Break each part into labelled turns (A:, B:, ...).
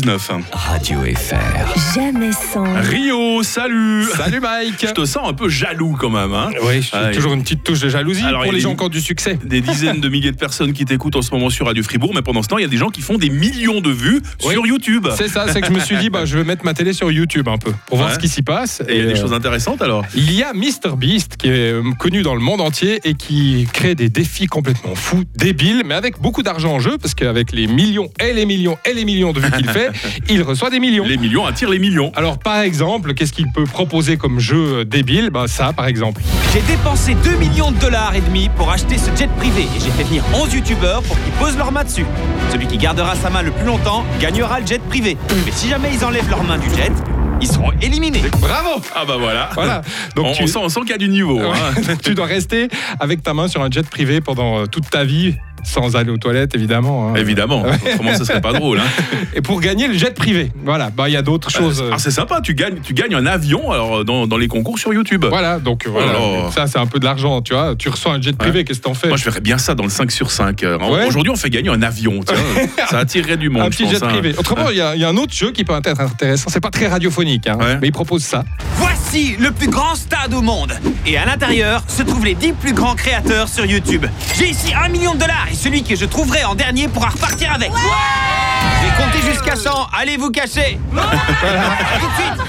A: 19.
B: Radio FR.
C: Jamais sans.
A: Rio, salut
D: Salut Mike
A: Je te sens un peu jaloux quand même. hein.
D: Oui, j'ai
A: Ah,
D: toujours une petite touche de jalousie
A: Alors,
D: pour
A: il
D: les
A: est-
D: gens qui ont du succès.
A: Des dizaines de milliers de personnes qui t'écoutent en ce moment sur Radio Fribourg, mais pendant ce temps, il y a des gens qui font des millions de vues
D: Oui.
A: sur YouTube.
D: C'est ça, c'est que je me suis dit, bah, je vais mettre ma télé sur YouTube un peu pour voir
A: Ouais.
D: ce qui s'y passe.
A: Et il y a
D: Et,
A: des
D: euh,
A: choses intéressantes alors
D: Il y a Mr Beast qui est euh, connu dans le monde entier et qui crée des défis complètement fous, débiles, mais avec beaucoup d'argent en jeu parce qu'avec les millions et les millions et les millions de vues qu'il fait, il reçoit des millions.
A: Les millions attirent les millions.
D: Alors par exemple, qu'est-ce qu'il peut proposer comme jeu euh, débile Bah ça par exemple.
E: J'ai dépensé 2 millions de dollars et demi pour acheter ce jet privé et j'ai fait venir 11 youtubeurs pour qu'ils posent leurs mains dessus. Celui qui gardera sa main le plus longtemps gagnera le jet privé. Mais si jamais ils enlèvent leurs mains du jet, ils seront éliminés.
D: Bravo
A: Ah bah voilà.
D: Voilà.
A: on,
D: tu-
A: on sent, on sent qu'il y a du niveau.
D: Ouais.
A: hein.
D: tu dois rester avec ta main sur un jet privé pendant euh, toute ta vie, sans aller aux toilettes évidemment. hein.
A: Évidemment, autrement ce serait pas drôle. hein.
D: Et pour gagner le jet privé, voilà, bah il y a d'autres choses. euh,
A: Ah, c'est sympa, tu gagnes, tu gagnes un avion alors, euh, dans, dans les concours sur YouTube.
D: Voilà, donc euh,
A: Oh là
D: voilà.
A: là.
D: ça c'est un peu de l'argent, tu vois. Tu reçois un jet privé, qu'est-ce que t'en fais
A: Moi je verrais bien ça dans le 5 sur 5. Euh, en-
D: Ouais.
A: Aujourd'hui on fait gagner un avion, tiens. ça attirerait du monde.
D: Un
A: je
D: petit
A: pense,
D: jet
A: hein.
D: privé. Autrement, il y, a- il y a un autre jeu qui peut être intéressant. C'est pas très radiophonique, hein,
A: Ouais.
D: mais il propose ça.
E: Voici le plus grand stade au monde. Et à l'intérieur se trouvent les 10 plus grands créateurs sur YouTube. J'ai ici 1 million de dollars et celui que je trouverai en dernier pourra repartir avec. J'ai compté jusqu'à 100, allez vous cacher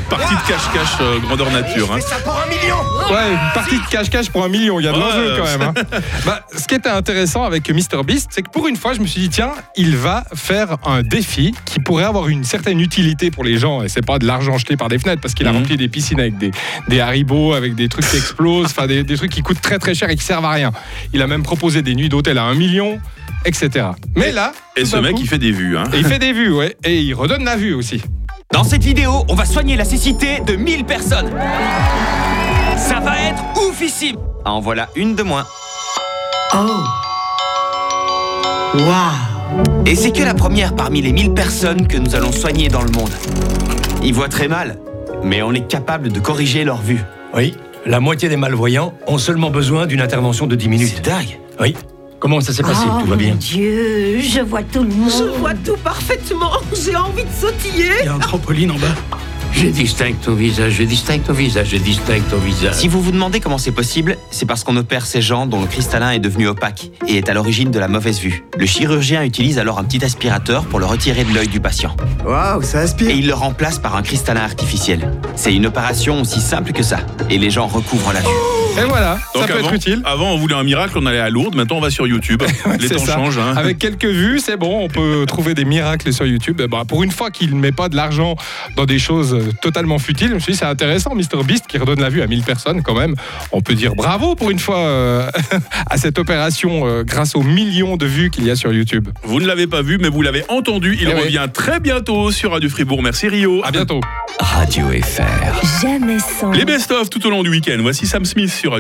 A: Partie de cache-cache euh, grandeur nature.
D: Ah,
A: hein.
D: Ouais, une partie de cache-cache pour un million. Il y a de
A: Ouais.
D: l'enjeu quand même. hein. bah, ce qui était intéressant avec Mr Beast, c'est que pour une fois, je me suis dit tiens, il va faire un défi qui pourrait avoir une certaine utilité pour les gens. Et c'est pas de l'argent jeté par des fenêtres parce qu'il a
A: Mhm.
D: rempli des piscines avec des des haribots, avec des trucs qui explosent, enfin des, des trucs qui coûtent très très cher et qui servent à rien. Il a même proposé des nuits d'hôtel à un million, etc. Mais là,
A: Et
D: tout
A: ce
D: d'un
A: mec
D: coup,
A: il fait des vues. hein.
D: Et il fait des vues, ouais. Et il redonne la vue aussi.
E: Dans cette vidéo, on va soigner la cécité de 1000 personnes. Ça va être oufissime. Ah, En voilà une de moins.
C: Oh. Waouh.
E: Et c'est que la première parmi les 1000 personnes que nous allons soigner dans le monde. Ils voient très mal, mais on est capable de corriger leur vue.
B: Oui, la moitié des malvoyants ont seulement besoin d'une intervention de 10 minutes.
E: C'est dingue.
B: Oui. Comment ça s'est passé
C: oh
B: Ah, Tout va bien
C: mon Dieu, je vois tout le monde.
F: Je vois tout parfaitement. J'ai envie de sautiller.
B: Il y a un trampoline en bas.
G: Je distingue ton visage, je distingue ton visage, je distingue ton visage.
E: Si vous vous demandez comment c'est possible, c'est parce qu'on opère ces gens dont le cristallin est devenu opaque et est à l'origine de la mauvaise vue. Le chirurgien utilise alors un petit aspirateur pour le retirer de l'œil du patient.
H: Waouh, ça
E: Et
H: aspire
E: il le remplace par un cristallin artificiel. C'est une opération aussi simple que ça. Et les gens recouvrent la vue.
D: Et voilà,
A: Donc
D: ça peut
A: avant,
D: être utile.
A: Avant, on voulait un miracle, on allait à Lourdes. Maintenant, on va sur YouTube. Les
D: c'est
A: temps
D: ça.
A: changent. hein.
D: Avec quelques vues, c'est bon, on peut trouver des miracles sur YouTube. Et bah, pour une fois qu'il ne met pas de l'argent dans des choses euh, totalement futiles, je me suis dit, c'est intéressant, Mr Beast qui redonne la vue à 1000 personnes quand même. On peut dire bravo pour une fois euh, à cette opération euh, grâce aux millions de vues qu'il y a sur YouTube.
A: Vous ne l'avez pas vu, mais vous l'avez entendu. Il
D: Eh oui.
A: revient très bientôt sur Radio Fribourg. Merci Rio.
D: À bientôt.
B: Radio FR.
C: Jamais sans.
A: Les best-of tout au long du week-end. Voici Sam Smith sur Radio.